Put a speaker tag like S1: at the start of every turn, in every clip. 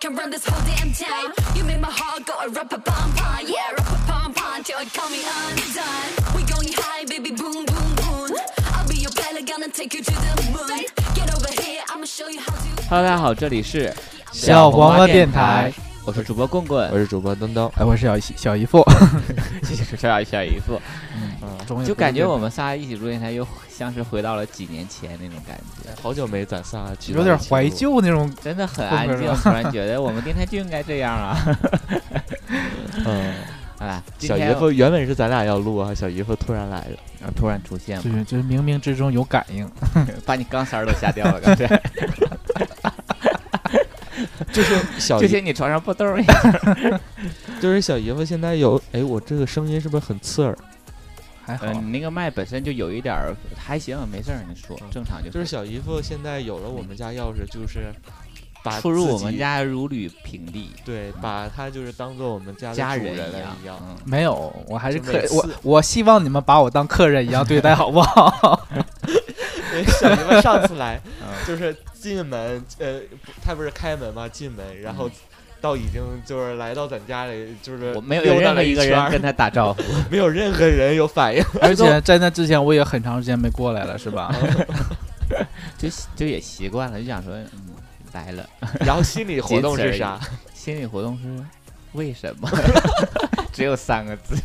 S1: can run this whole damn town. You made my heart go a rapper pom pom, yeah, rapper pom pom till it call me undone. We going high, baby, boom boom boom. I'll be your pilot, gonna take you to the moon. Get over here, I'ma show you how to.
S2: Hello，大家好，这里是
S3: 小黄瓜电台，
S2: 我是主播棍棍，
S4: 我是主播东东，
S3: 哎，我是小姨小姨父，
S2: 谢谢小小小姨夫，
S3: 终
S4: 嗯
S3: 于
S2: 就感觉我们仨一起录电台，又像是回到了几年前那种感觉，
S4: 好久没咱仨聚到
S3: 有点
S4: 一起
S3: 怀
S4: 录，
S3: 旧那种。
S2: 真的很安
S3: 是
S2: 静
S3: 吧。
S2: 突然觉得我们电台就应该这样 啊！
S4: 嗯，
S2: 好吧，今
S4: 小姨
S2: 天
S4: 夫原本是咱俩要录啊，小姨夫突然来
S2: 啊
S4: 了，
S2: 突然出现了，
S3: 就是就是冥冥之中有感应，
S2: 把你钢丝儿都吓掉了，刚 才
S4: 就是小
S2: 就
S4: 姨
S2: 像你床上破洞一样。
S4: 就是小姨夫现在有，哎，我这个声音是不是很刺耳？
S3: 还好
S2: 嗯，你那个麦本身就有一点儿，还行，没事儿，你说正常就
S4: 嗯就是小姨夫现在有了我们家钥匙，就是把
S2: 出入
S4: 自
S2: 我们
S4: 己，
S2: 家如履平地，
S4: 对，把他就是当做我们家的
S2: 家
S4: 主
S2: 人
S4: 人了
S2: 一样。 嗯
S3: 没有，我还是
S4: 就
S3: 客
S4: 每次
S3: 我我希望你们把我当客人一样对待，好不好？
S4: 哎小姨夫上次 来
S2: 嗯
S4: 就是进门，呃，不他不是开门嘛，进门，然后到已经就是来到咱家里，就
S2: 嗯
S4: 是
S2: 我没有
S4: 溜达
S2: 任何
S4: 了
S2: 一个
S4: 圈
S2: 人
S4: 儿
S2: 跟他打招呼，
S4: 没有任何人有反 应，
S3: 而且啊在那之前我也很长时间没过来了，是 吧？
S2: 就就也习惯了，就想说，嗯，来了。
S4: 然后心理活动
S2: 仅此而
S4: 是
S2: 已
S4: 啥？
S2: 心理活动是为什么？ 只有三个字。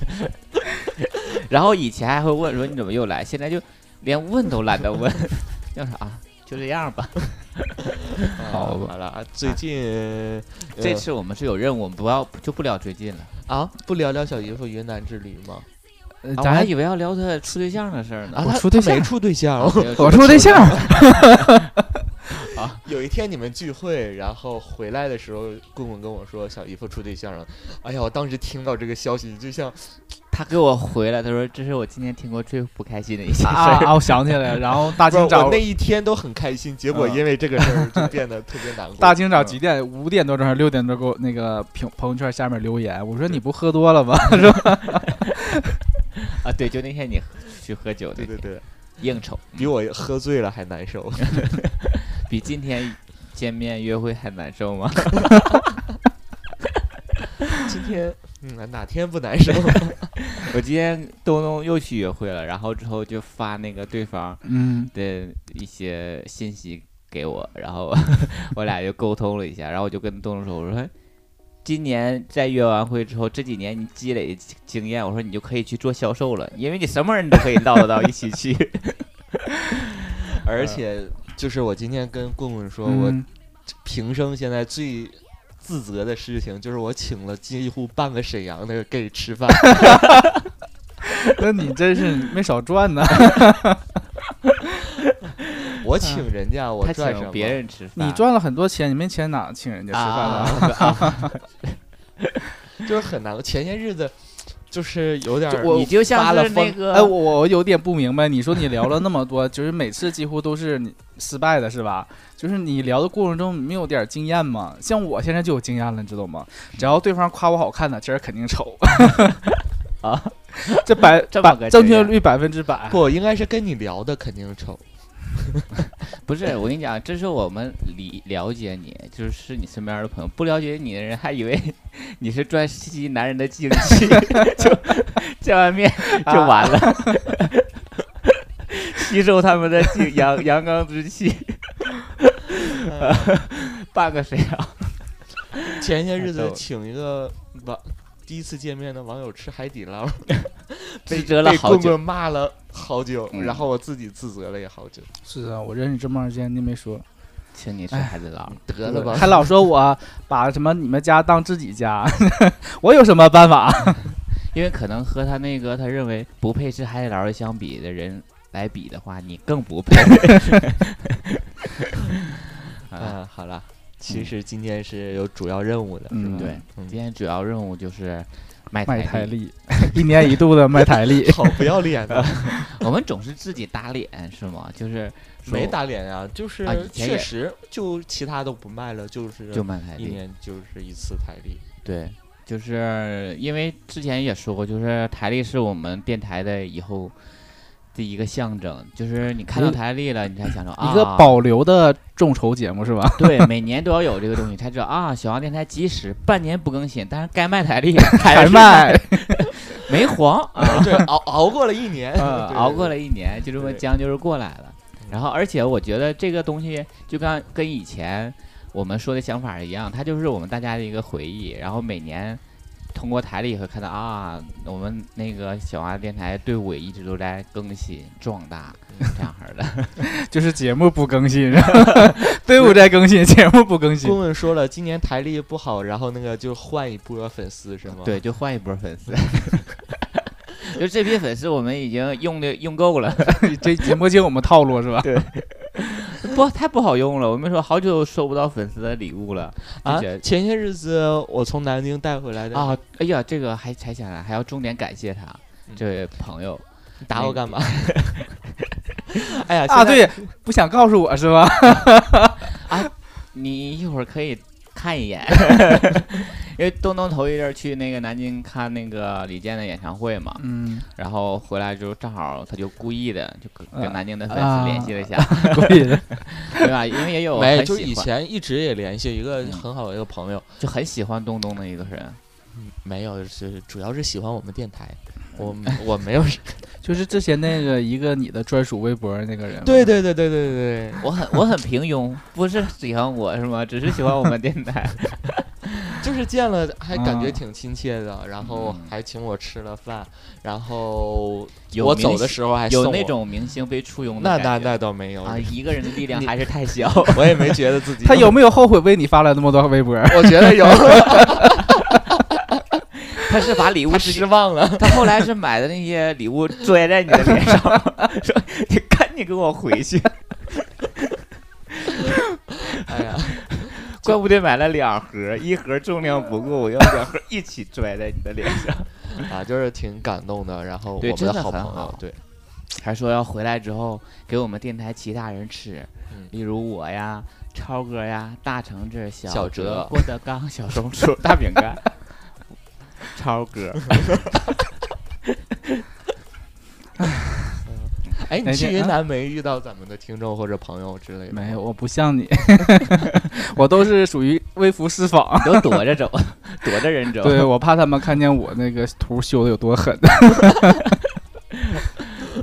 S2: 然后以前还会问说你怎么又来，现在就连问都懒得问， 要啥、啊、就这样吧。
S3: 好吧
S4: 完了啊！最近、呃
S2: 这次我们是有任务，我们不要就不聊最近了。
S4: 啊，不聊聊小姨夫云南之旅吗？啊
S3: 呃
S2: 啊、我
S3: 咱
S2: 还
S3: 还
S2: 以为要聊他处对象的事儿呢。
S3: 我
S4: 他
S3: 处对
S4: 他没
S3: 象
S4: 处对 象。
S2: 没有
S3: 我处对象，
S4: 有一天你们聚会，然后回来的时候，棍棍跟我说小姨夫处对象了。哎呀，我当时听到这个消息，就像
S2: 他给我回了，他说这是我今天听过最不开心的一件事
S3: 啊
S2: 儿。
S3: 啊！我想起来了，然后大
S4: 不是
S3: 清早
S4: 我那一天都很开心，结果
S3: 嗯
S4: 因为这个事儿就变得特别难过。
S3: 大清早几点？五点多钟还是六点多给我那个评朋友圈下面留言，我说你不喝多了吗？
S2: 啊，对，就那天你去喝酒那
S4: 对
S2: 天
S4: 对对，
S2: 应酬，
S4: 比我喝醉了还难受。
S3: 嗯
S2: 比今天见面约会还难受吗？
S4: 今天嗯，哪天不 难受？
S2: 我今天东东又去约会了，然后之后就发那个对方
S3: 嗯，
S2: 的一些信息给我，然后我俩就沟通了一下，然后我就跟东东说，我说今年在约完会之后，这几年你积累的经验，我说你就可以去做销售了，因为你什么人都可以唠叨到一起去。
S4: 而且就是我今天跟棍棍说，我
S3: 嗯
S4: 平生现在最自责的事情，就是我请了几乎半个沈阳的 gay 吃饭。
S3: 那你真是没少赚呢。
S4: 我请人家， 我
S2: 他
S4: 赚什
S2: 请
S4: 么？
S2: 别人吃饭，
S3: 你赚了很多钱，你没钱哪请人家吃饭了？
S2: 啊？
S4: 就是很难过。前些日子就是有点儿，
S3: 我
S2: 你就
S4: 发
S2: 像
S4: 了
S2: 是那
S4: 疯
S2: 个，
S3: 哎，我我有点不明白，你说你聊了那么多，就是每次几乎都是你失败的，是吧？就是你聊的过程中没有点经验吗？像我现在就有经验了，你知道吗？只要对方夸我好看呢，今儿肯定丑
S2: 啊，
S3: 这百
S2: 这么
S3: 百
S2: 个
S3: 正
S2: 经
S3: 确
S2: 验
S3: 率百分之百。
S4: 不应该是跟你聊的，肯定丑。
S2: 不是，我跟你讲，这是我们理了解你，就是是你身边的朋友。不了解你的人还以为 你是专吸男人的精气， 就见完面就完了，吸收他们的精阳阳刚之气。半个啊沈阳，
S4: 前些日
S2: 太逗
S4: 子
S2: 了
S4: 请一个网第一次见面的网友吃海底捞，
S2: 被折了好久
S4: 被棍棍骂了好久，
S2: 嗯
S4: 然后我自己自责了也好久。
S3: 是啊，我认识你这么长时间，你没说，
S2: 请你吃
S3: 哎
S2: 海底捞。
S4: 得了吧
S3: 还，老说我把什么你们家当自己家， 我有什么办法？
S2: 因为可能和他那个他认为不配吃海底捞的相比的人来比的话，你更不配。 啊，
S4: 嗯，好了，其实今天是有主要任务的，是吧？
S3: 嗯
S2: 对，
S4: 嗯。
S2: 今天主要任务就是卖
S3: 卖
S2: 台
S3: 台
S2: 历。
S3: 历，一年一度的卖台历
S4: 好不要脸啊的，
S2: 我们总是自己打脸是吗？就是说
S4: 没打脸啊，就是
S2: 啊以前也
S4: 确实就其他都不卖了，就是
S2: 就卖台
S4: 一
S2: 历，
S4: 年就是一次台历。
S2: 对，就是因为之前也说过，就是台历是我们电台的以后的一个象征，就是你看到台历了，你才想着啊，
S3: 一个保留的众筹节目是吧？
S2: 对，每年都要有这个东西，才知道啊，小王电台即使半年不更新，但是该卖台 历还
S3: 还
S2: 是
S3: 卖，
S2: 没黄啊。
S4: 对，熬熬过了一年，
S3: 嗯
S2: 呃，
S3: 啊
S2: 熬过
S4: 了，
S2: 了一年，就这么
S4: 对
S2: 将就是过来了。然后，而且我觉得这个东西就刚跟以前我们说的想法一样，它就是我们大家的一个回忆。然后每年通过台历也会看到啊，我们那个小娃电台队伍也一直都在更新壮大，这样式的。
S3: 就是节目不更新，然后 队伍在更新，节目不更新
S4: 顾。问说了，今年台历不好，然后那个就换一波粉丝是吗？
S2: 对，就换一波粉丝。 就这批粉丝，我们已经用的用够了，
S3: 这节目经我们套路是吧？
S2: 不太不好用了。我们说好久收不到粉丝的礼物了
S4: 啊
S2: 就觉，得
S4: 前些日子我从南京带回来的，
S2: 啊！哎呀，这个还才想来，啊还要重点感谢他啊
S4: 嗯
S2: 这位朋友。
S4: 你打我干嘛？ 哎呀
S3: 啊，，对，不想告诉我是吧？
S2: 你一会儿可以看 一眼，因为东东头一阵儿去那个南京看那个李健的演唱会嘛，
S3: 嗯，
S2: 然后回来之后正好他就故意的就
S4: 嗯
S2: 跟
S3: 啊
S2: 跟南京的粉丝联系了一下，
S3: 嗯故意 的。
S2: 对吧？因为也有
S4: 啊 没，
S2: 很
S4: 就是以
S2: 喜欢，
S4: 前一直也联系一个
S2: 嗯
S4: 很好的一个朋友，
S2: 就很喜欢东东的一个人，嗯
S4: 没有，是主要是喜欢我们电台，我 我没有，
S3: 就是之前那个一个你的专属微博那个人，
S4: 对，对对对对对对，
S2: 我很我很平庸，不是喜欢我是吗？只是喜欢我们电台。
S4: 就是见了还感觉
S3: 啊
S4: 挺亲切的，然后
S2: 嗯
S4: 还请我吃了饭，然后
S2: 有
S4: 我
S2: 明
S4: 走的
S2: 星
S4: 时候还送
S2: 有
S4: 我
S2: 那种明星被簇拥的
S4: 那
S2: 感
S4: 那
S2: 觉，
S4: 那倒没有，
S2: 啊，一个人的力量
S4: 你
S2: 还是太 小。
S4: 我也没觉 得自己
S3: 他有，没有后悔为你发了那么多微博？
S4: 我觉得有，
S2: 他是把礼物
S4: 我
S2: 直接
S4: 失望了。
S2: 他后来是买的那些礼物拽在你的脸 上，说你赶紧给我回 去，
S4: 哎呀，
S2: 怪不得买了两盒，一盒重量不够，我要两盒一起拽在你的脸上。
S4: 啊，就是挺感动的。然后我
S2: 对
S4: 们
S2: 真的
S4: 好朋
S2: 很
S4: 友
S2: 好，
S4: 对，
S2: 还说要回来之后给我们电台其他人吃
S4: 嗯，
S2: 例如我呀、超哥呀、大橙子、
S4: 小
S2: 哲
S4: 哲、
S2: 郭德纲、小松鼠、大饼干、超 哥。
S4: 哎，你
S3: 哪
S4: 去
S3: 天
S4: 云
S3: 啊
S4: 南没遇到咱们的听众或者朋友之类的？
S3: 没有，，我不像你， 我都是属于微服 私访。
S2: 都躲着走，躲着人走。
S3: 对，我怕他们看见我那个图修的有多狠。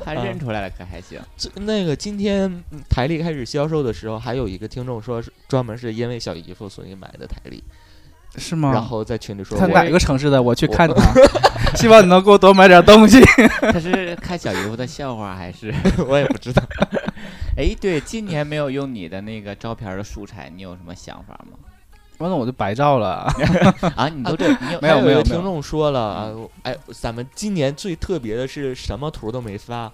S2: 他认出来了，可还行。
S4: 这那个今天嗯台历开始销售的时候，还有一个听众说是专门是因为小姨夫所以买的台历，
S3: 是
S2: 嗯
S3: 吗？
S4: 然后在群里说
S3: 他
S4: 我
S3: 哪个城市的？我去 看他，希望你能给我多买点东西。
S2: 他是看小姨夫的笑话还是？
S4: 我也不知道。
S2: 哎，对，今年没有用你的那个照片儿的素材，你有什么想法吗？
S3: 完了我就白照了。
S2: 啊，你都这，你 有嗯
S3: 没有
S4: 还
S3: 没
S4: 一
S3: 有
S4: 个听众说了啊，我哎，咱们今年最特别的是什么图都没发，
S2: 啊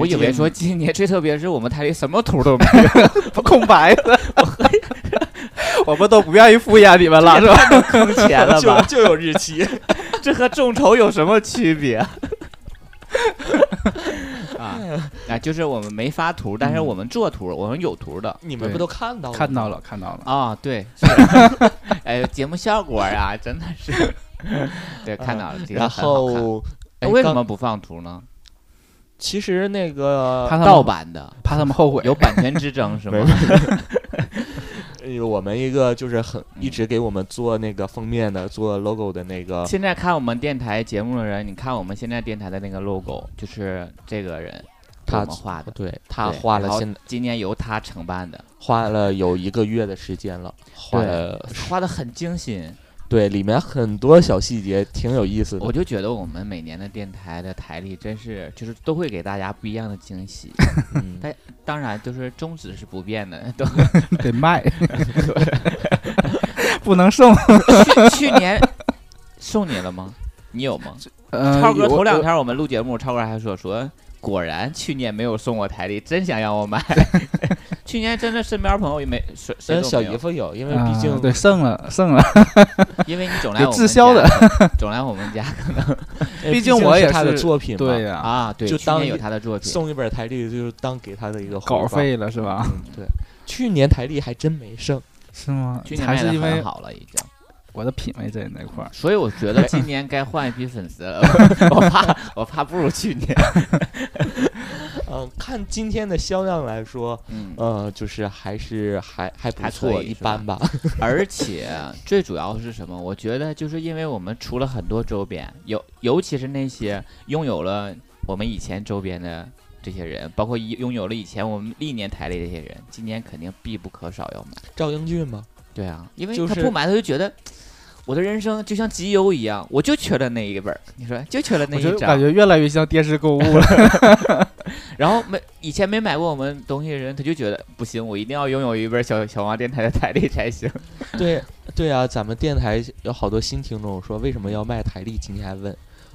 S2: 我以为说今年最特别是我们台里什么图都没
S3: 不空白的，我们都不愿意敷衍你们了，是吧？
S2: 有钱了
S4: 就
S2: 吧？
S4: 就有日期。
S2: 这和众筹有什么区别？ 啊啊，就是我们没发图，但是
S3: 嗯
S2: 我们做图，我们有图的
S4: 你们不
S3: 对
S4: 都看到了？
S3: 看到。了，看到了。
S2: 啊，对， 是哎呦，节目效果呀，真的是，对，看到了，这个
S4: 然
S2: 很好看
S4: 后，哎
S2: 那为什
S4: 刚
S2: 么不放图呢？
S4: 其实那个
S3: 怕他
S2: 盗
S3: 们
S2: 版的
S3: 怕他们后悔。
S2: 有版权之争是吗？
S4: 呃，我们一个就是很
S2: 嗯
S4: 一直给我们做那个封面的、做 logo 的那个，
S2: 现在看我们电台节目的人，你看我们现在电台的那个 logo，就是这个人给
S4: 他
S2: 我们画的，
S4: 对他
S2: 对
S4: 花了
S2: 然后
S4: 现
S2: 今年由他承办的，
S4: 花了有一个月的时间了，花
S2: 对
S4: 了
S2: 画的很精心。
S4: 对里面很多小细节挺有意思
S2: 我
S4: 的。
S2: 就觉得我们每年的电台的台历真是就是都会给大家不一样的惊喜，
S4: 嗯
S2: 但当然就是宗旨是不变的， 都
S3: 得 卖，不能送。
S2: 去去年送你了吗？你有吗？
S3: 呃
S2: 超哥头两
S3: 我
S2: 天我们录节目，超哥还说说，果然去年没有送我台历，真想让我买。去年真的身边朋友也没谁谁
S4: 但
S2: 都
S4: 呃小
S2: 没有
S4: 姨夫有，因为
S3: 啊
S4: 毕竟
S3: 对剩了剩了，
S2: 因为你总来我们
S3: 滞销的
S2: 家，总来我们家
S4: 因为
S3: 毕
S4: 哎毕
S3: 竟我也
S4: 他的
S3: 是
S4: 作品嘛，
S3: 对呀，
S2: 啊，对，
S4: 就
S2: 去
S4: 当
S2: 年
S4: 一
S2: 有他的作品，
S4: 送一本台历就是当给他的一个
S3: 稿
S4: 红包。
S3: 费了啊是吧？
S4: 嗯，对，去年台历还真没剩，
S3: 是吗
S2: 去年
S3: 还
S2: 卖
S3: 是
S2: 的
S3: 因
S2: 很
S3: 为
S2: 好了已经。
S3: 我的品味在你那块儿。
S2: 所以我觉得今年该换一批粉丝了，我怕我怕不如去年。
S4: 嗯，看今天的销量来说，
S2: 嗯，
S4: 呃，就是还是还还不
S2: 还可
S4: 错，
S2: 以
S4: 一
S2: 是吧
S4: 般吧。
S2: 而且最主要是什么？我觉得就是因为我们出了很多周边，尤尤其是那些拥有了我们以前周边的这些人，包括一拥有了以前我们历年台历这些人，今年肯定必不可少要买。
S4: 赵英俊 吗？
S2: 对啊，因为
S4: 就
S2: 他
S4: 是
S2: 不买，他就觉得。我的人生就像集邮一样，我就缺了那一本儿，你说就缺了那
S3: 我
S2: 一
S3: 觉得
S2: 张，
S3: 感觉越来越像电视购物了。
S2: 然后没以前没买过我们东西的人，他就觉得不行，我一定要拥有一本小小王电台的台历才行。
S4: 对对啊，咱们电台有好多新听众说为什么要卖台历，今天还问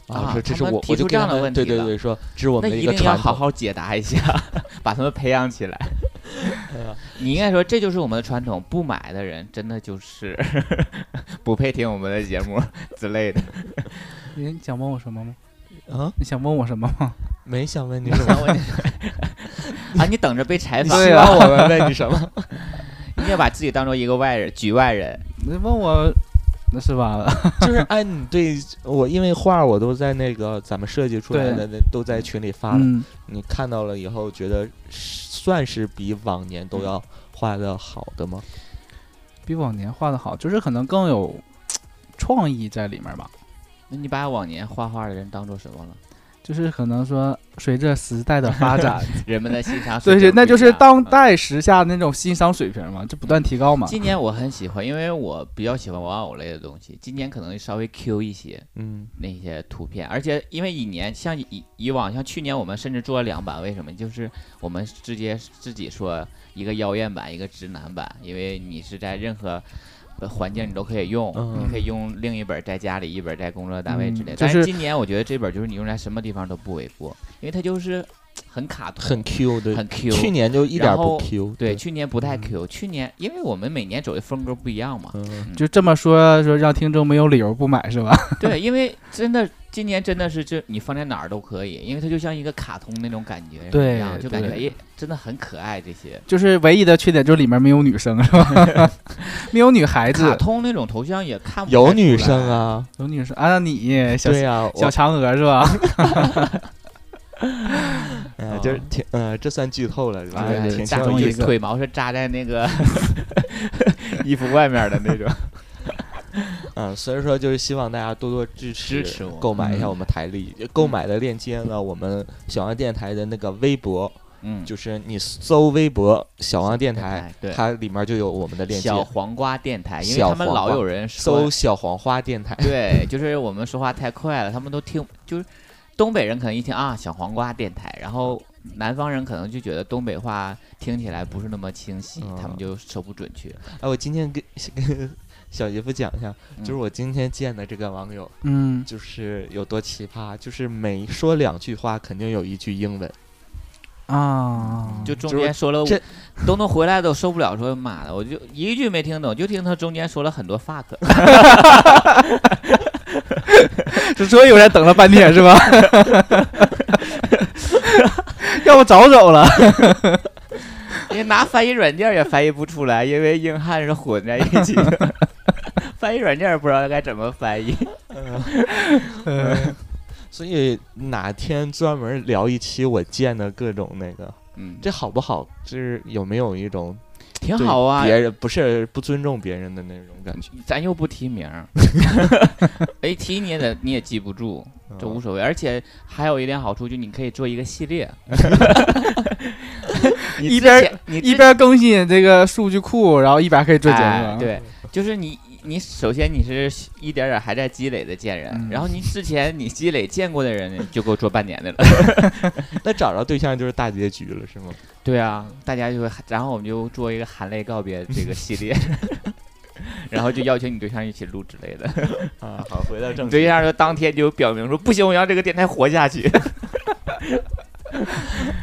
S2: 啊
S4: 说这
S2: 他
S4: 是
S2: 们
S4: 我
S2: 提
S4: 我就
S2: 出
S4: 跟
S2: 这样
S4: 他
S2: 的
S4: 们
S2: 问
S4: 对
S2: 题
S4: 对
S2: 了
S4: 对，说这是我
S2: 那
S4: 们的
S2: 一
S4: 个
S2: 定要
S4: 传
S2: 好
S4: 统。
S2: 好解答一下， 把他们培养起来
S4: 嗯。
S2: 你应该说这就是我们的传统，不买的人真的就是不配听我们的节目之类的。
S3: 你想问我什么吗？
S4: 啊，
S3: 你想问我什么吗？
S4: 没想问你
S2: 你
S4: 什
S2: 嗯想
S4: 么，
S2: 问你啊？你等着被采
S4: 你
S2: 访，
S4: 希
S3: 对啊
S4: 望我们问你什么？
S2: 你要把自己当做一个外人，局外人。
S3: 你问我，那是吧？
S4: 就是哎，你对我，因为画儿我都在那个咱们设计出来
S3: 对
S4: 的那都在群里发了，
S3: 嗯，
S4: 你看到了以后觉得是算是比往年
S2: 嗯
S4: 都要画的好的吗？
S3: 比往年画的好，就是可能更有创意在里面吧。
S2: 那你把往年画画的人当做什么了？
S3: 就是可能说，随着时代的发 展，
S2: 人们的欣赏 水
S3: 对
S2: 平
S3: 对，
S2: 不
S3: 那就
S2: 一
S3: 是
S2: 样
S3: 当
S2: 嗯
S3: 代时下那种欣赏水平嘛，就不断提高嘛。
S2: 今年我很喜欢，因为我比较喜欢玩偶类的东西。今年可能稍微 Q 一些
S4: 嗯，
S2: 那些图片，而且因为以年像以以往像去年我们甚至做了两版，为什么？就是我们直接自己说一个妖艳版，一个直男版，因为你是在任何。呃环境你都可以用，
S4: 嗯
S2: 你可以用另一本在家里，一本在工作单位之类的。
S3: 嗯
S2: 但
S3: 就是是
S2: 今年我觉得这本就是你用在什么地方都不为过，因为它就是很卡通，
S4: 很 Q 的，
S2: 很 Q。
S4: 去年就一点
S2: 然
S4: 儿不
S2: 后
S4: Q，
S2: 对，去年不太
S4: 嗯
S2: Q，、去年因为我们每年走的风格不一样嘛，
S4: 嗯，
S3: 就这么说说，让听众没有理由不买是吧？
S2: 对，因为真的今年真的是这你放在哪儿都可以，因为它就像一个卡通那种感觉一
S3: 对
S2: 样，就感觉哎
S3: 对
S2: 真的很可爱。这些
S3: 就是唯一的缺点就是里面没有女生是吧？ 没有女孩
S2: 卡
S3: 子，
S2: 通那种头像也看不
S4: 有
S2: 太出
S4: 女
S2: 来
S4: 生，啊，
S3: 有女生啊，你小
S4: 对呀，我
S3: 小嫦娥是吧？
S4: 呃，就是挺呃，这算剧透了是吧？
S3: 哎
S4: 挺
S2: 大
S4: 挺
S3: 中
S4: 有意
S2: 腿
S3: 一
S4: 思
S3: 个
S2: 腿毛是扎在那 个 衣服外面的那种。
S4: 嗯，所以说就是希望大家多多支持
S2: 支持我
S4: 购买一下
S3: 嗯
S4: 我们台历。购买的链接呢，我们小王电台的那个微博，
S2: 嗯，
S4: 就是你搜微博“小王电台”，
S2: 对
S4: 它里面就有我们的链接
S2: 小。黄瓜电台，因为
S4: 小
S2: 他们
S4: 黄
S2: 老
S4: 瓜
S2: 有人说
S4: 搜“小黄花电台
S2: 对，就是我们说话太快了，他们都听，就是东北人可能一听啊小黄瓜电台，然后南方人可能就觉得东北话听起来不是那么清晰，他们
S4: 嗯
S2: 就说不准确。”。
S4: 哎，我今天跟跟 小姨夫讲一下，就是
S2: 嗯
S4: 我今天见的这个网友，
S3: 嗯，
S4: 就是有多奇葩，就是每说两句话，肯定有一句英文。
S3: 啊，
S2: 就中
S4: 就是
S2: 间说了
S4: 这，
S2: 东东回来都受不了，说妈的，我就一句没听懂，就听他中间说了很多 fuck，
S3: 就所以我才等了半天是吧？ 要不早走 了。
S2: 你拿翻译软件也翻译不出来，因为英汉是混在一起的， 翻译软件也不知道该怎么翻译。
S4: 所以哪天专门聊一期我见的各种那个，
S2: 嗯，这
S4: 这好不好？就是有没有一种
S2: 挺
S4: 对
S2: 好啊，
S4: 别人不是不尊重别人的那种感觉。
S2: 咱又不提名 儿， 哎，提你也得你也记不住，这无
S4: 嗯
S2: 所谓。而且还有一点好处，就你可以做一个系列，你
S3: 一
S2: 之
S3: 边儿
S2: 前你
S3: 一
S2: 之
S3: 边更新这个数据库，然后一边可以做节目
S2: 哎
S3: 啊。
S2: 对，就是你你首先你是一点点还在积累的见人，
S3: 嗯
S2: 然后你之前你积累见过的人，你就够做半年 的了。
S4: 那找着对象就是大结局了，是吗？
S2: 对啊，大家就会，然后我们就做一个含泪告别这个系列。 然后就邀请你对象一起录之类的，
S4: 啊，好，回到正
S2: 你对象就当天就表明说不行，我要这个电台活下 去。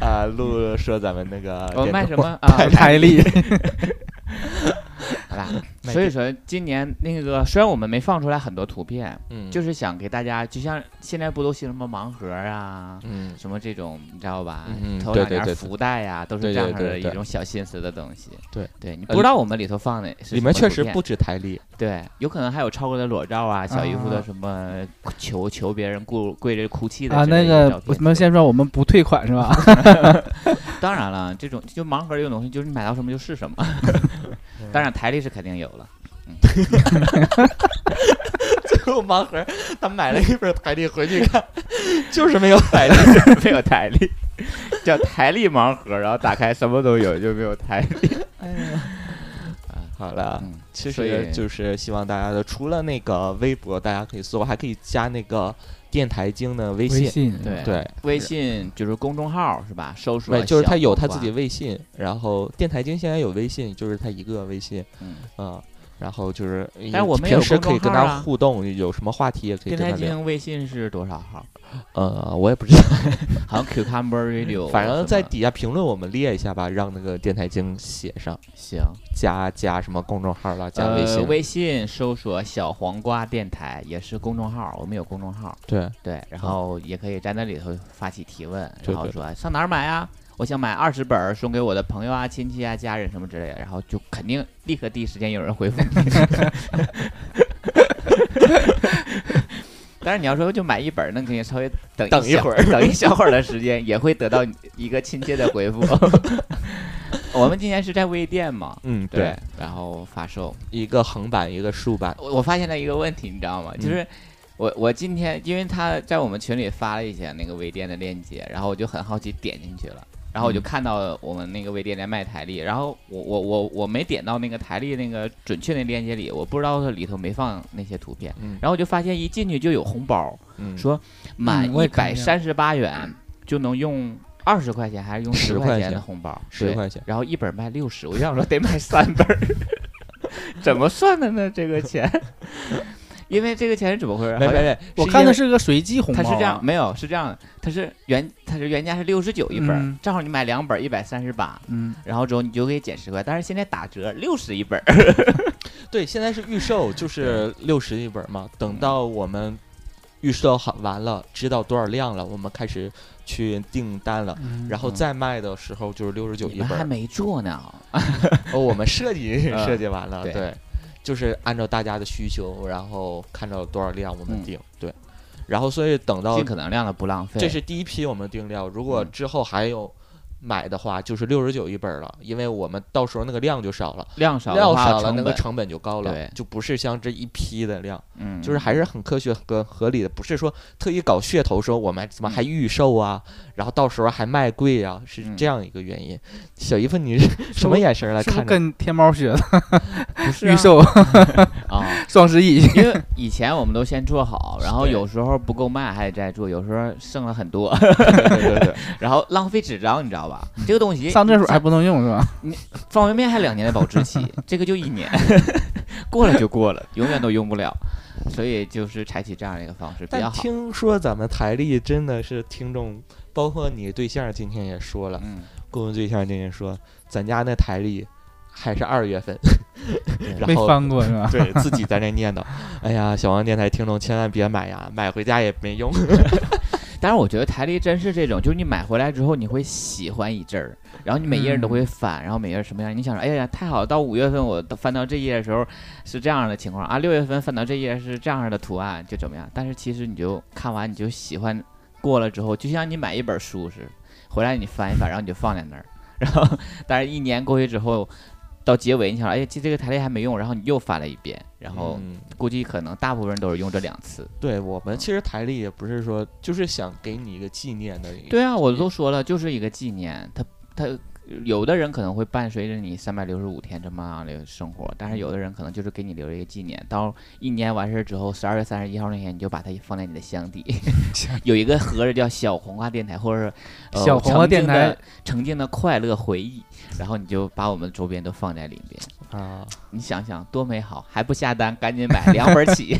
S4: 啊，露露说咱们那个
S3: 啊
S2: 我们卖
S4: 电
S2: 什
S4: 动
S2: 么啊？
S3: 台历，
S2: 好吧，
S4: 买
S2: 所以
S4: 地
S2: 说今年那个虽然我们没放出来很多图片，
S4: 嗯，
S2: 就是想给大家，就像现在不都兴什么盲盒啊，
S4: 嗯，
S2: 什么这种，你知道吧？
S4: 嗯嗯
S2: 头
S4: 对
S2: 两
S4: 对
S2: 年
S4: 对对
S2: 福袋呀、都是
S4: 对
S2: 这样
S4: 对对
S2: 的一
S4: 对
S2: 种小心思的东西。
S4: 对
S2: 对，你
S4: 呃
S2: 不知道我们里头放的是
S4: 里
S2: 什
S4: 面
S2: 么
S4: 确
S2: 图
S4: 实
S2: 片
S4: 不止台 历，
S2: 对，有可能还有超哥的裸照啊，小姨夫
S3: 啊
S2: 的什么求求别人跪跪着哭泣的
S3: 啊，
S2: 之类
S3: 那
S2: 的
S3: 个
S2: 照片
S3: 我们先说，我们不退款是吧？
S2: 当然了，这种就盲盒这种东西，就是你买到什么就是什么。
S4: 嗯
S2: 当然台历是肯定有了，
S4: 最后盲盒他买了一本台历回去看，就是 没有台历。
S2: 没有台历，叫台历盲盒，然后打开什么都有，就没有台历。
S4: 好了，
S2: 嗯，
S4: 其
S2: 所
S4: 实
S2: 以
S4: 就是希望大家的，除了那个微博，大家可以搜，还可以加那个电台经的微信。
S3: 信
S2: 对
S4: 对，
S2: 微信就是公众号是吧？搜索
S4: 对，就是
S2: 小
S4: 他有
S2: 黄
S4: 他
S2: 瓜
S4: 自己，微信，然后电台经现在有微信，就是他一个微信，
S2: 嗯，
S4: 嗯，然后就是，
S2: 但是我们有
S4: 平时可
S2: 公
S4: 以
S2: 众
S4: 跟
S2: 号啊
S4: 他互动，有什么话题也可以
S2: 电
S4: 跟
S2: 台
S4: 他
S2: 进
S4: 聊。
S2: 行微信是多少号？
S4: 呃，我也不知道，
S2: 好像 Cucumber Radio，
S4: 嗯反
S2: 什么
S4: 正在底下评论我们列一下吧，让那个电台经写上，
S2: 行。
S4: 加加什么公众号啦，加微
S2: 呃、
S4: 信，
S2: 微信搜索“小黄瓜电台”，也是公众号，我们有公众号，
S4: 对，
S2: 对，然后也可以在那里头发起提问，
S4: 对
S2: 然后
S4: 对
S2: 说上哪儿买啊？我想买二十本儿，送给我的朋友啊、亲戚啊、家人什么之类的，然后就肯定立刻第一时间有人回复你。 但是你要说就买一本儿，那肯定稍微等
S4: 等一
S2: 小
S4: 会儿
S2: 等一小会儿的时间，也会得到一个亲切的回复。 我们今年是在微店嘛，
S4: 嗯，
S2: 对，
S4: 对，
S2: 然后发售，
S4: 一个横版，一个竖版，
S2: 我我发现了一个问题，你知道
S4: 嗯
S2: 吗？就是我我今天因为他在我们群里发了一些那个微店的链接，然后我就很好奇点进去了，然后我就
S4: 嗯
S2: 看到我们那个微店在卖台历，然后我我我我没点到那个台历那个准确的链接里，我不知道它里头没放那些图片，
S4: 嗯
S2: 然后我就发现一进去就有红包，
S4: 嗯，
S2: 说满
S3: 我
S2: 一
S3: 也看
S2: 百
S3: 见
S2: 三十八元就能用二十块钱还是用
S4: 10
S2: 十
S4: 块
S2: 钱的
S4: 钱
S2: 红包，
S4: 十
S2: 对
S4: 块钱，
S2: 然后一本卖六十，我就想说得买三本 儿，怎么算的呢？这个钱，因为这个钱是怎么回事？
S4: 没
S2: 好像
S4: 没没，
S3: 我看
S4: 因为
S3: 的是个随机红包
S2: 它
S3: 啊，
S2: 是这样，没有是这样的，它是原它是原价是六十九一本儿
S3: 嗯，
S2: 正好你买两本一百三十八，
S3: 嗯，
S2: 然后之后你就可以减十块，但是现在打折六十一本儿，
S4: 对，现在是预售，就是六十一本嘛。
S2: 嗯
S4: 等到我们预售好完了，知道多少量了，我们开始去订单了。嗯然后再卖的时候就是六十
S2: 嗯
S4: 九
S2: 你
S4: 一
S2: 们
S4: 本
S2: 还
S4: 儿，
S2: 没做呢，
S4: 哦，我们设计
S2: 嗯
S4: 设计完了，
S2: 对
S4: 对，就是按照大家的需求，然后看到多少量我们
S2: 嗯
S4: 定，对。然后所以等到
S2: 尽可能量的不浪费。
S4: 哦这是第一批我们定量，如果
S2: 嗯
S4: 之后还有买的话，就是六十九一本儿了，因为我们到时候那个量就少了，
S2: 量少的
S4: 量
S2: 话
S4: 少了
S2: 成
S4: 那个
S2: 本，
S4: 成本就高了
S2: 对，
S4: 就不是像这一批的量。
S2: 嗯，
S4: 就是还是很科学和合理的，不是说特意搞噱头，说我们怎么还预售啊，然后到时候还卖贵啊，是
S2: 嗯
S4: 这样一个原因。小姨夫，你是什么眼神儿来
S3: 是不是
S4: 看着？
S3: 跟天猫学的
S2: 不是
S3: 预
S2: 啊
S3: 售
S2: 啊。
S3: 双十一？
S2: 因为以前我们都先做好，然后
S4: 对
S2: 有时候不够卖还得再做，有时候剩了很多，
S4: 对对对， 嗯
S2: 然后浪费纸张，你知道吧？这个东西
S3: 上厕所还不能用是吧？
S2: 方便面还两年的保质期，这个就一 年，过了就过了，永远都用不了。所以就是采取这样的一个方式比较
S4: 但
S2: 好。
S4: 听说咱们台历真的是听众，包括你对象今天也说了，
S2: 嗯，
S4: 顾问对象今天说，咱家那台历还是二月份， 然
S3: 没
S4: 后
S3: 翻过是吧？
S4: 对自己在那念叨，哎呀，小王电台听众千万别买呀，买回家也没用。
S2: 但是我觉得台历真是这种，就是你买回来之后你会喜欢一阵儿，然后你每页都会翻，然后每页什么样，你想着，哎呀，太好了！到五月份我到翻到这页的时候是这样的情况啊，六月份翻到这页是这样的图案，就怎么样？但是其实你就看完你就喜欢，过了之后就像你买一本书似的，回来你翻一翻，然后你就放在那儿，然后但是一年过去之后。到结尾，你想，哎呀，这这个台历还没用，然后你又翻了一遍，然后
S4: 嗯
S2: 估计可能大部分人都是用这两次。
S4: 对我们
S2: 嗯
S4: 其实台历也不是说，就是想给你一个纪念的一个。
S2: 对啊，我都说了，就是一个纪念。他他有的人可能会伴随着你三百六十五天这么样的生活，但是有的人可能就是给你留着一个纪念。到一年完事儿之后，十二月三十一号那天，你就把它放在你的箱 底，有一个盒子叫“小黄瓜电台”或者是、呃、
S3: 小黄瓜电台
S2: 曾经的曾经的快乐回忆，然后你就把我们周边都放在里边。
S4: 啊，
S2: 你想想多美好，还不下单，赶紧买两本儿起。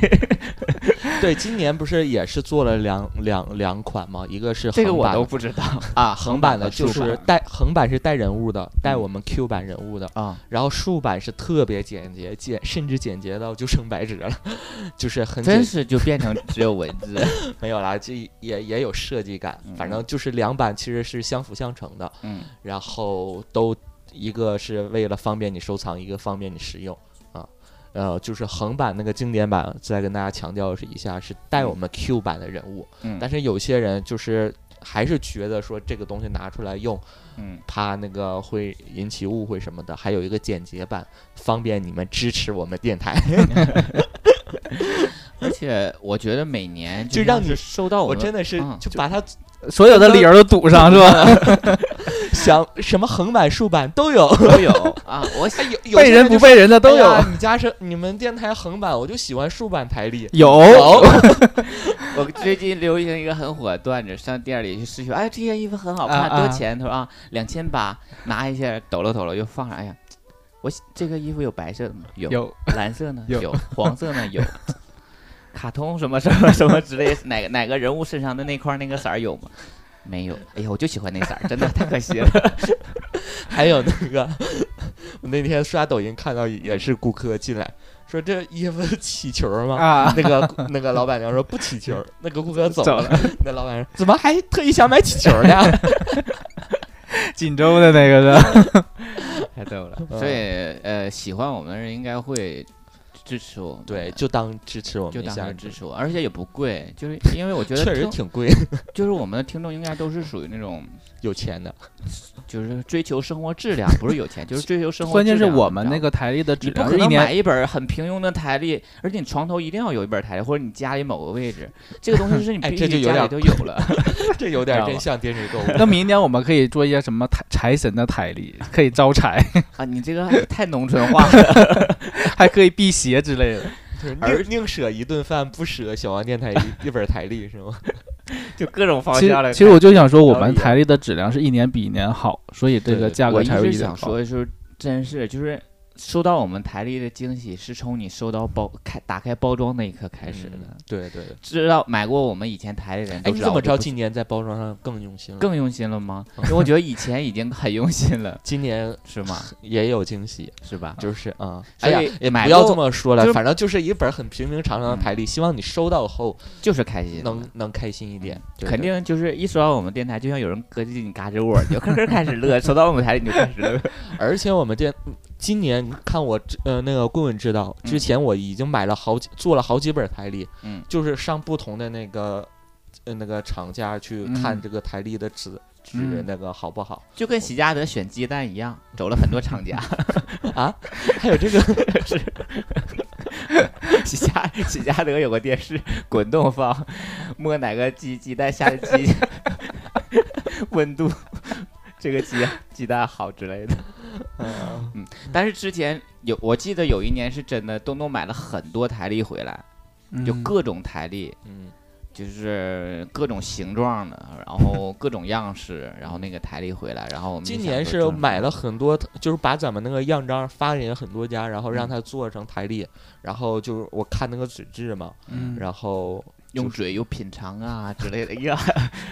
S4: 对，今年不是也是做了两两两款吗？一个是
S2: 这个
S4: 横
S2: 我
S4: 版
S2: 都
S4: 的
S2: 不知道
S4: 啊，横版的
S2: 和
S4: 就
S2: 竖
S4: 是
S2: 版
S4: 带横版是带人物的，带
S2: 嗯
S4: 我们 Q 版人物的，
S2: 啊。
S4: 然后竖版是特别简洁，简甚至简洁到就剩白纸了， 就是很
S2: 真
S4: 简
S2: 是就变成只有文字，
S4: 没有啦，这也也有设计感，反
S2: 嗯
S4: 正就是两版其实是相辅相成的，
S2: 嗯，
S4: 然后都一个是为了方便你收藏，一个方便你使用啊。呃，就是横版那个经典版，再跟大家强调一下，是带我们 Q 版的人物，
S2: 嗯
S4: 但是有些人就是还是觉得说这个东西拿出来用，
S2: 嗯，
S4: 怕那个会引起误会什么的。还有一个简洁版，方便你们支持我们电 台。
S2: 而且我觉得每年
S4: 就让
S2: 像
S4: 你
S2: 是收到
S4: 我
S2: 们
S4: 真的是
S2: 嗯
S4: 就把它
S3: 所有的理由都堵上是吧？
S4: 想什么横版、竖版都有。
S2: 都有啊，我想
S4: 有有
S3: 背
S4: 些
S3: 人不
S4: 就
S3: 背人的都
S4: 哎呀
S3: 有，
S4: 你家是你们电台横版，我就喜欢竖版台历。
S3: 有，
S2: 我最近流行一个很火的段子，上店里去试穿，哎，这件衣服很好看，
S3: 啊
S2: 多
S3: 啊
S2: 少钱？他说啊，两千八，拿一下抖了抖了，又放上，哎呀，我这个衣服有白色的吗？有，
S3: 有
S2: 蓝色呢？
S3: 有
S2: 黄色呢？有。卡通什么什么什么之类，哪个哪个人物身上的那块儿那个色儿有吗？没有。哎呀，我就喜欢那色儿，真的太可惜了。
S4: 还有那个，我那天刷抖音看到也是顾客进来说这衣服起球儿吗？
S3: 啊，
S4: 那个那个老板娘说不起球儿，那个顾客走
S3: 走了，
S4: 那老板说怎么还特意想买起球儿呢？
S3: 锦州的那个是吧，
S2: 太逗了。
S4: 嗯
S2: 所以呃，喜欢我们的人应该会支持我们的，
S4: 对，就当支持我
S2: 就
S4: 们一
S2: 当
S4: 下
S2: 是，支持我，而且也不贵，就是因为我觉得
S4: 确实
S2: 听
S4: 挺贵，
S2: 就是我们的听众应该都是属于那种，
S4: 有钱的。
S2: 就是追求生活质量，不是有 钱，就是追求生活
S3: 关
S2: 质
S3: 键
S2: 量。
S3: 是我们那
S2: 个，
S3: 个台历的质
S2: 你不
S3: 量
S2: 可
S3: 是一
S2: 能买
S3: 年
S2: 一本很平庸的台历，而且你床头一定要有一本台历，或者你家里某个位置，这个东西是你
S4: 哎
S2: 必
S4: 这就
S2: 须
S4: 有
S2: 家里
S4: 点
S2: 都有了。
S4: 这有点
S2: 知道
S4: 真
S2: 吧
S4: 像电视购物。
S3: 那明年我们可以做一些什么财财神的台历，可以招财，
S2: 啊，你这个太农村化了。
S3: 还可以辟邪之类的。
S4: 就是
S2: 而
S4: 宁宁舍一顿饭，不舍小王电台一一本台历是吗？
S2: 就各种方
S3: 其
S2: 向来
S3: 实，其实我就想说，我
S2: 然后
S3: 们
S2: 也
S3: 台历的质量是一年比一年好，所以这
S4: 对
S3: 个价
S2: 我
S3: 格
S2: 一
S3: 才会
S2: 直
S3: 一直
S2: 想说，就是真是就是收到我们台历的惊喜，是从你收到包开打开包装那一刻开始的。
S4: 嗯对对对。
S2: 知道买过我们以前台历的人
S4: 哎，
S2: 都
S4: 你
S2: 知
S4: 怎
S2: 道
S4: 么
S2: 我
S4: 知
S2: 就
S4: 道
S2: 不
S4: 今年在包装上更用心了？
S2: 更用心了 吗？因为我觉得以前已经很用心了，
S4: 今年
S2: 是吗？
S4: 也有惊喜，
S2: 是吧？
S4: 就是啊，
S2: 所
S4: 哎
S2: 以
S4: 呀，也
S2: 买
S4: 不要
S2: 过
S4: 这么说
S2: 就
S4: 了，
S2: 是
S4: 反正就是一本很平平常常的
S2: 嗯
S4: 台历，希望你收到后
S2: 就是开心的，嗯
S4: 能能开心一点。对
S2: 肯，定就是一说到我们电台，就像有人搁进你嘎吱窝，你就咯咯开始乐；说到我们台，你就开始乐。
S4: 对而且我们店今年你看我这呃那个棍棍知道，之
S2: 嗯
S4: 前我已经买了好几做了好几本台历，
S2: 嗯，
S4: 就是上不同的那个呃那个厂家去看
S2: 嗯
S4: 这个台历的纸纸
S2: 嗯
S4: 那个好不好
S2: 就跟喜家德选鸡蛋一样，走了很多厂家。
S4: 啊？还有 这个
S2: 喜家喜家德有个电视滚动放，摸哪个鸡鸡蛋下的鸡 温度，这个鸡鸡蛋好之类的。
S4: 嗯
S2: 但是之前有，我记得有一年是真的，东东买了很多台历回来，
S3: 嗯
S2: 就各种台历。
S4: 嗯
S2: 就是各种形状的，然后各种样式，然后那个台历回来，然后我们就
S4: 今
S2: 想
S4: 年
S2: 说
S4: 是
S2: 装
S4: 买
S2: 上
S4: 了很多，就是把咱们那个样章发给很多家，然后
S2: 嗯
S4: 让他做成台历，然后就是我看那个纸质嘛，
S3: 嗯，
S4: 然后
S2: 用嘴又品尝啊之类的，哎呀，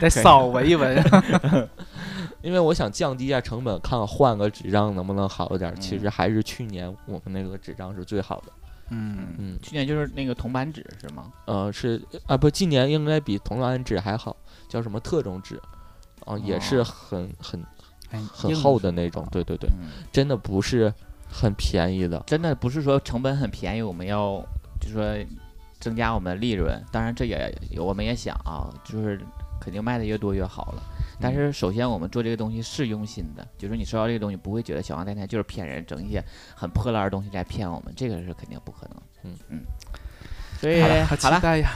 S3: 再扫闻一闻。
S4: 因为我想降低一下成本，看看换个纸张能不能好一点。其
S2: 嗯
S4: 实还是去年我们那个纸张是最好的，
S3: 嗯，
S4: 嗯
S2: 去年就是那个铜板纸是吗？
S4: 呃是啊不，今年应该比同安纸还好，叫什么特种纸，啊、也是
S2: 哦
S4: 很很
S3: 哎
S4: 很
S3: 硬
S4: 厚
S3: 是
S4: 的那种，对对对，
S2: 嗯，
S4: 真的不是很便宜的，
S2: 真的不是说成本很便宜，我们要就说增加我们的利润，当然这也我们也想啊，就是肯定卖的越多越好了。但是首先，我们做这个东西是用心的，就是你收到这个东西，不会觉得小王电台就是骗人，整一些很破烂的东西来骗我们，这个是肯定不可能。
S4: 嗯
S2: 嗯，所以
S3: 好期
S2: 好了，
S3: 待呀！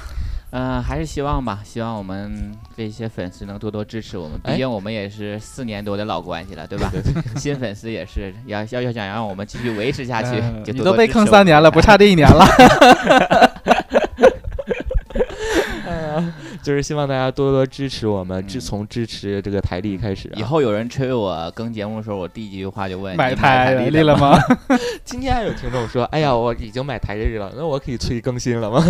S2: 嗯、还是希望吧，希望我们这些粉丝能多多支持我们，
S4: 哎
S2: 毕竟我们也是四年多的老关系了，对吧？ 新粉丝也是要要要想让我们继续维持下去，
S3: 嗯
S2: 就
S3: 你
S2: 多
S3: 都
S2: 多
S3: 被
S2: 支
S3: 坑
S2: 持我
S3: 三
S2: 们
S3: 年了，不差这一年了。
S4: 就是希望大家多多支持我们，
S2: 嗯
S4: 自从支持这个台历开始、啊。
S2: 以后有人催我更节目的时候，我第一句话就问：“
S3: 买
S2: 你台
S3: 台
S2: 历
S3: 历了
S2: 吗
S3: 吗？
S4: 今天还有听众说：“哎呀，我已经买台历了，那我可以催更新了吗？”？”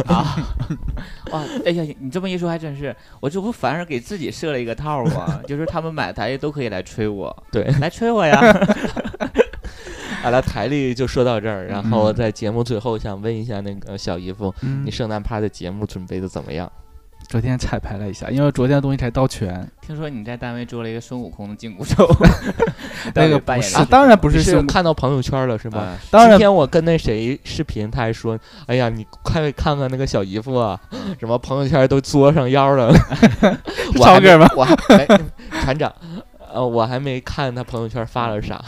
S2: 哇，哎呀，你这么一说还真是，我这不反而给自己设了一个套儿吗？ 就是他们买台历都可以来催我，
S4: 对
S2: 来催我呀。
S4: 好了，台历就说到这儿，然后
S3: 嗯
S4: 在节目最后想问一下那个小姨夫，你圣诞趴的节目准备的怎么样？
S3: 昨天彩排了一下，因为昨天的东西才 到全，
S2: 听说你在单位做了一个孙悟空的紧箍 咒， 你到
S3: 那
S2: 底
S3: 个
S2: 扮演呃
S3: 不是啊
S2: 了，
S3: 当然不
S4: 你
S3: 是
S4: 是
S3: 胸，
S4: 看到朋友圈了是
S2: 什
S4: 吗？
S2: 么？
S3: 当然
S4: 今天我跟那谁视频，他还说：“哎呀，你快看看那个小姨夫啊， 什么朋友圈都作上 腰了。
S3: 是
S4: 我还
S3: 超
S4: 没”
S3: 哥吗？
S4: 我还哎船长，呃，我还没看他朋友圈发了啥。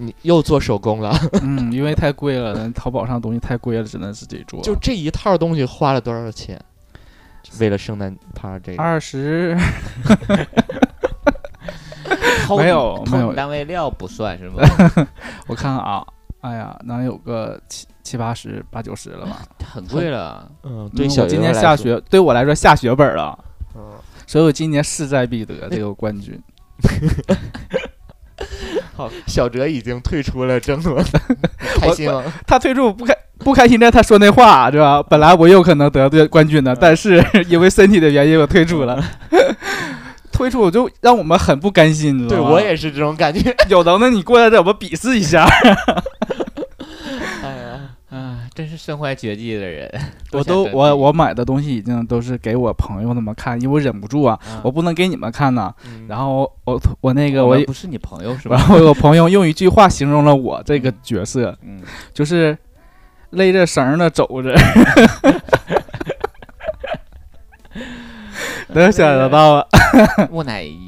S4: 你又做手工了？
S3: 嗯，因为太贵了，淘宝上东西太贵了，只能自己做。
S4: 就这一套东西花了多少钱？为了圣诞趴这个，
S3: 二十，
S2: 偷
S3: 没
S2: 你
S3: 有没
S2: 偷
S3: 有
S2: 你单位料不算是吗？
S3: 我看看啊，哎呀，能有个七七八十、八九十了吧？
S2: 很贵了，
S4: 嗯，
S3: 因
S4: 对
S3: 为
S4: 小
S3: 我
S4: 姨
S3: 今
S4: 夫
S3: 年
S4: 来
S3: 下
S4: 说，
S3: 学，对我来说下血本了，
S4: 嗯，
S3: 所以我今年势在必得这个冠军。
S4: 小哲已经退出了争论， 开心吗？
S3: 他退出我不开不开心的，他说那话对吧？本来我有可能得对冠军的，但是 因为身体的原因，我退出了。 退出我就让我们很不甘心，你知
S4: 对
S3: 道吗
S4: 我也是这种感觉。
S3: 有能耐你过来让我们鄙视一下。
S4: 哎呀，
S2: 啊，真是身怀绝技的人。
S3: 我都 我我买的东西已经都是给我朋友他们看，因为我忍不住啊，我不能给你们看呐。然后我我那个
S2: 我
S3: 嗯我
S2: 们不是你朋友是
S3: 然
S2: 吧？
S3: 后我有朋友用一句话形容了我这个角色，
S2: 嗯，
S3: 就是勒着绳儿的走 着。能想得到啊？
S2: 木乃伊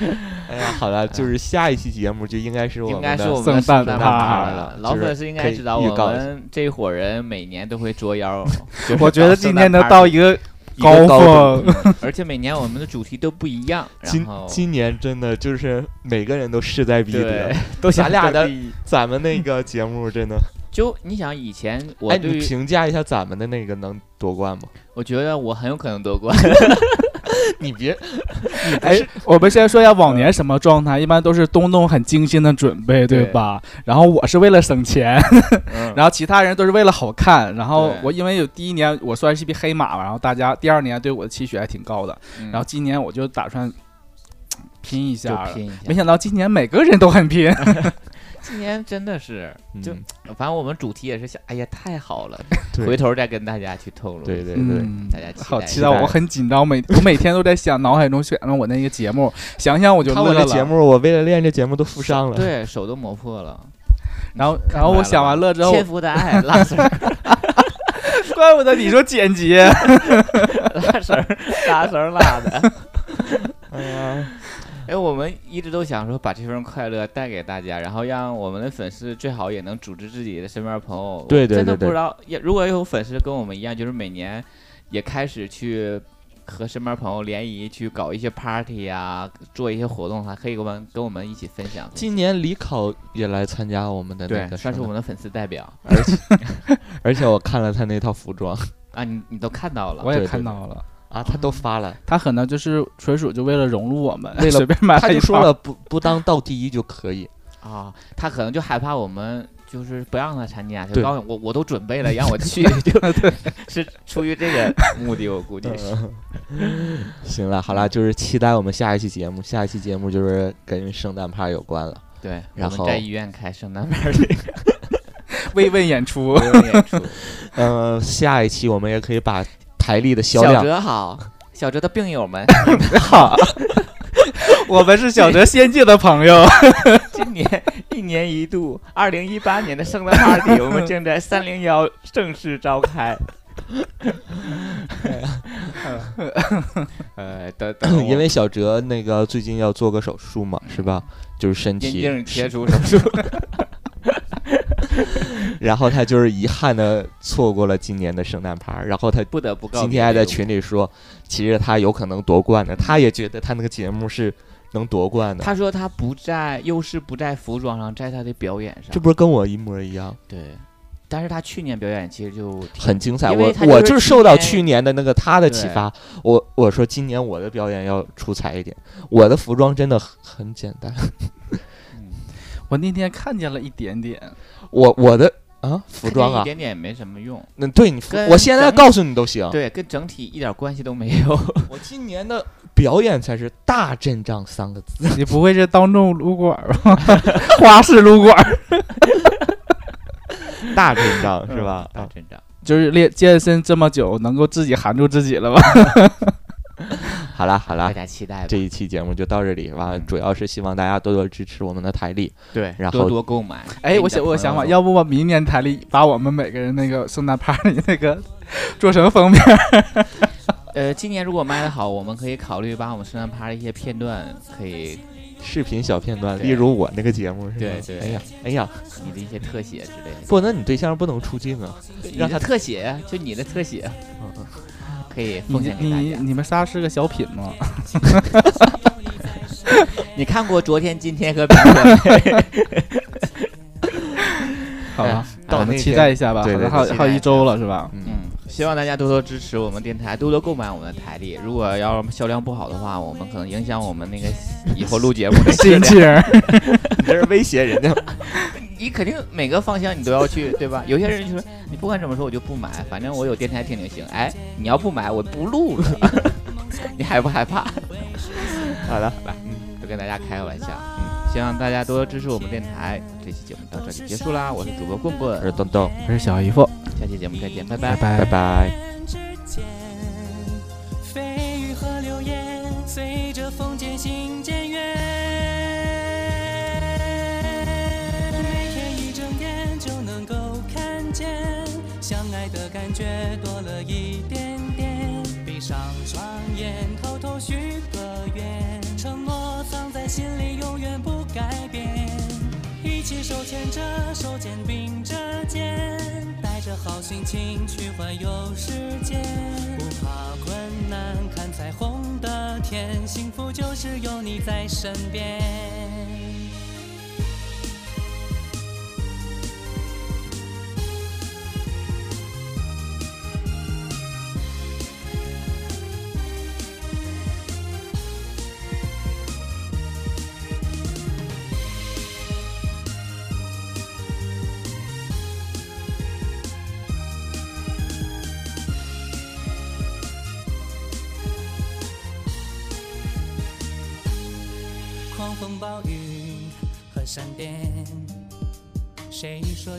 S4: 哎呀，好了，就是下一期节目就应该是我
S2: 应
S4: 们
S2: 该是
S4: 的
S2: 我们的
S3: 圣诞
S2: 圣
S3: 趴
S2: 趴
S4: 了
S2: 老
S4: 就是
S2: 粉是应
S4: 可
S2: 该
S4: 以
S2: 知道，
S4: 预
S2: 我
S4: 告一
S2: 们这伙人每年都会捉妖。就是
S3: 我觉得
S2: 搞
S3: 今
S2: 圣
S3: 天
S2: 诞
S3: 能
S2: 趴
S3: 到一个
S4: 一个
S3: 峰。
S2: 而且每年我们的主题都不一样，然
S4: 今
S2: 后
S4: 今年真的就是每个人都势在必得
S2: 对，
S4: 都咱俩的
S2: 争第一
S4: 咱们那个节目真的，
S2: 就你想以前我
S4: 哎，
S2: 对
S4: 你
S2: 于
S4: 评价一下咱们的那个能夺冠吗？
S2: 我觉得我很有可能夺冠，
S4: 你 别，
S3: 哎，我们先说一下往年什么状态，一般都是东东很精心的准备，对
S2: 对
S3: 吧？然后我是为了省钱，
S2: 嗯
S3: 然后其他人都是为了好看。然后
S2: 对
S3: 我因为有第一年我算是一匹黑马嘛，然后大家第二年对我的期许还挺高的，
S2: 嗯
S3: 然后今年我就打算拼一下了
S2: 就。拼一
S3: 没
S2: 下。
S3: 想到今年每个人都很拼，
S2: 今年真的是，就
S4: 嗯
S2: 反正我们主题也是想，哎呀太好 了，
S4: 对
S2: 回头再跟大家去透露。
S4: 对 对对，
S3: 嗯
S2: 大家期待
S3: 好
S2: 一
S3: 期
S2: 下
S3: 待！我很紧张，每我每天都在想，脑海中想着我那个节目，想想我就
S4: 看
S3: 乐
S4: 我
S3: 了。
S4: 这节目，我为了练这节目都负伤了。
S2: 对，手都磨破 了。
S3: 然后
S2: 看
S3: 然后
S2: 出来
S3: 我
S2: 了
S3: 想
S2: 吧
S3: 完了之后，
S2: 千夫的爱，拉绳儿，
S3: 怪不得你说剪 辑，
S2: 拉绳儿，拉绳儿拉的。
S4: 哎呀，
S2: 哎，我们一直都想说把这份快乐带给大家，然后让我们的粉丝最好也能组织自己的身边朋友。
S4: 对
S2: 我
S4: 对
S2: 真的
S4: 对对
S2: 不知道，也如果有粉丝跟我们一样，就是每年也开始去和身边朋友联谊，去搞一些 party 啊，做一些活动，还可以跟我们跟我们一起分享。
S4: 今年李考也来参加我们的那
S2: 对
S4: 个，
S2: 算是
S4: 什
S2: 我
S4: 么
S2: 们的粉丝代表
S4: 而且我看了他那套服装
S2: 啊，你你都看到了，
S3: 我也
S4: 对
S3: 看
S4: 对
S3: 到了。
S4: 啊，他都发 了，
S3: 他可能就是纯属就为了融入我们，
S4: 为了
S3: 随便买
S4: 他
S3: 一
S4: 就说
S3: 套
S4: 了不不当到第一就可以。
S2: 啊，他可能就害怕我们就是不让他参加，就
S4: 对
S2: 告诉我我都准备了，让我去，就是出于这个目的，我估计是。
S4: 行了，好啦，就是期待我们下一期节目，下一期节目就是跟圣诞趴有关 了。
S2: 对，
S4: 然
S2: 我们
S4: 后
S2: 在医院开圣 诞派对
S3: 慰问演出。
S2: 演出。
S4: 呃，下一期我们也可以把台历的销
S2: 小
S4: 量，
S2: 哲好，小哲的病友们，
S3: 好，我们是小哲仙界的朋友，
S2: 今年一年一度二零一八年的 圣诞 party，我们将在三零幺正式召开。 呃，等 等，
S4: 因为小哲那个最近要做个手术嘛，是吧？就是身
S2: 眼
S4: 体
S2: 镜切除手术，
S4: 然后他就是遗憾的错过了今年的圣诞趴，然后他
S2: 不得不告别这个舞。
S4: 今天还在群里说，其实他有可能夺冠的，他也觉得他那个节目是能夺冠的，
S2: 他说他不在优势不在服装上，在他的表演上。
S4: 这不是跟我一模一样？
S2: 对，但是他去年表演其实就挺
S4: 很精彩。
S2: 因为
S4: 我
S2: 他就
S4: 我
S2: 是
S4: 就
S2: 去
S4: 受到
S2: 年
S4: 去年的那个他的启
S2: 对
S4: 发，我我说今年我的表演要出彩一点，我的服装真的很很简单。
S3: 我那天看见了一点点，
S4: 我我的啊
S2: 看
S4: 服
S2: 见
S4: 装啊
S2: 一，点点也没什么用，
S4: 那对你服
S2: 跟，
S4: 我现在
S2: 咱
S4: 告诉你都行。
S2: 对，跟整体一点关系都没有。
S4: 我今年的表演才是大阵仗三个字。
S3: 你不会是当众撸管儿 吧？花式撸管儿
S4: 大阵仗是吧
S2: 嗯？ 大阵仗，
S3: 就是练健身这么久，能够自己含住自己了吧？
S4: 啊好啦好
S2: 大
S4: 啦，
S2: 家期待吧。
S4: 这一期节目就到这里。完了，
S2: 嗯
S4: 主要是希望大家多多支持我们的台历。
S2: 对，
S4: 然后
S2: 多多购买。
S3: 哎，我想我有想法，要不我明年台历把我们每个人那个圣诞 party 那个做成封面儿，
S2: 呃，今年如果卖的好，我们可以考虑把我们圣诞趴的一些片段，可以
S4: 视频小片段，
S2: 对
S4: 例如我那个节目是吧？
S2: 对对
S4: 哎呀，哎呀，
S2: 你的一些特写之类的。
S4: 不，那你对象不能出镜啊。
S2: 你
S4: 让
S2: 的
S4: 他
S2: 特写呀，就你的特写
S4: 嗯嗯，
S2: 可以奉
S3: 你
S2: 献给大
S3: 你
S2: 家。
S3: 你们仨是个小品吗？
S2: 你看过昨天、今天和明天没？
S3: 好吧，
S4: 到
S3: 我
S4: 那
S3: 们期
S4: 天
S3: 待一下吧。
S4: 对
S3: 好
S4: 对
S3: 像还
S2: 对
S3: 有还有一周了是吧？
S2: 嗯，希望大家多多支持我们电台，多多购买我们的台历。如果要是销量不好的话，我们可能影响我们那个以后录节目的质
S3: 心
S2: 量。
S3: 情儿，
S4: 你这是威胁人家。
S2: 你肯定每个方向你都要去，对吧？有些人就说你不管怎么说我就不买，反正我有电台听就行。哎，你要不买我不录了，你害不害怕？
S4: 好了，
S2: 就跟大家开个玩笑，嗯，希望大家多多支持我们电台。这期节目到这里结束啦，我是主播棍
S4: 我
S2: 棍
S4: 是，东东，
S3: 我是小姨夫，
S2: 下期节目再见，拜拜
S3: 拜。拜
S4: 呃拜。拜。
S5: 之间，蜚语和流言随着风渐行渐远。每天一睁眼就能够看见，相爱的感觉多了一点点。闭上双眼，偷偷许个愿，承诺藏在心里，永远不改变。一起手牵着手，肩并着肩，带着好心情去环游世界，不怕困难，看彩虹的天，幸福就是有你在身边。狂风暴雨和闪电，谁说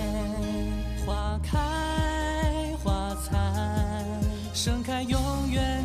S5: 花开花残，盛开永远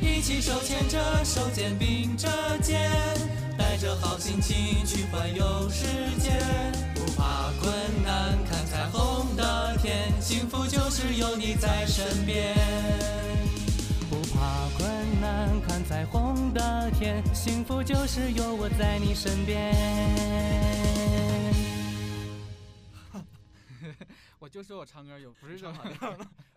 S5: 一起手牵着手，肩并着肩，带着好心情去环游世界，不怕困难，看彩虹的天，幸福就是有你在身边。不怕困难，看彩虹的天，幸福就是有我在你身边。
S3: 我就说我唱歌有不是
S5: 唱跑调了，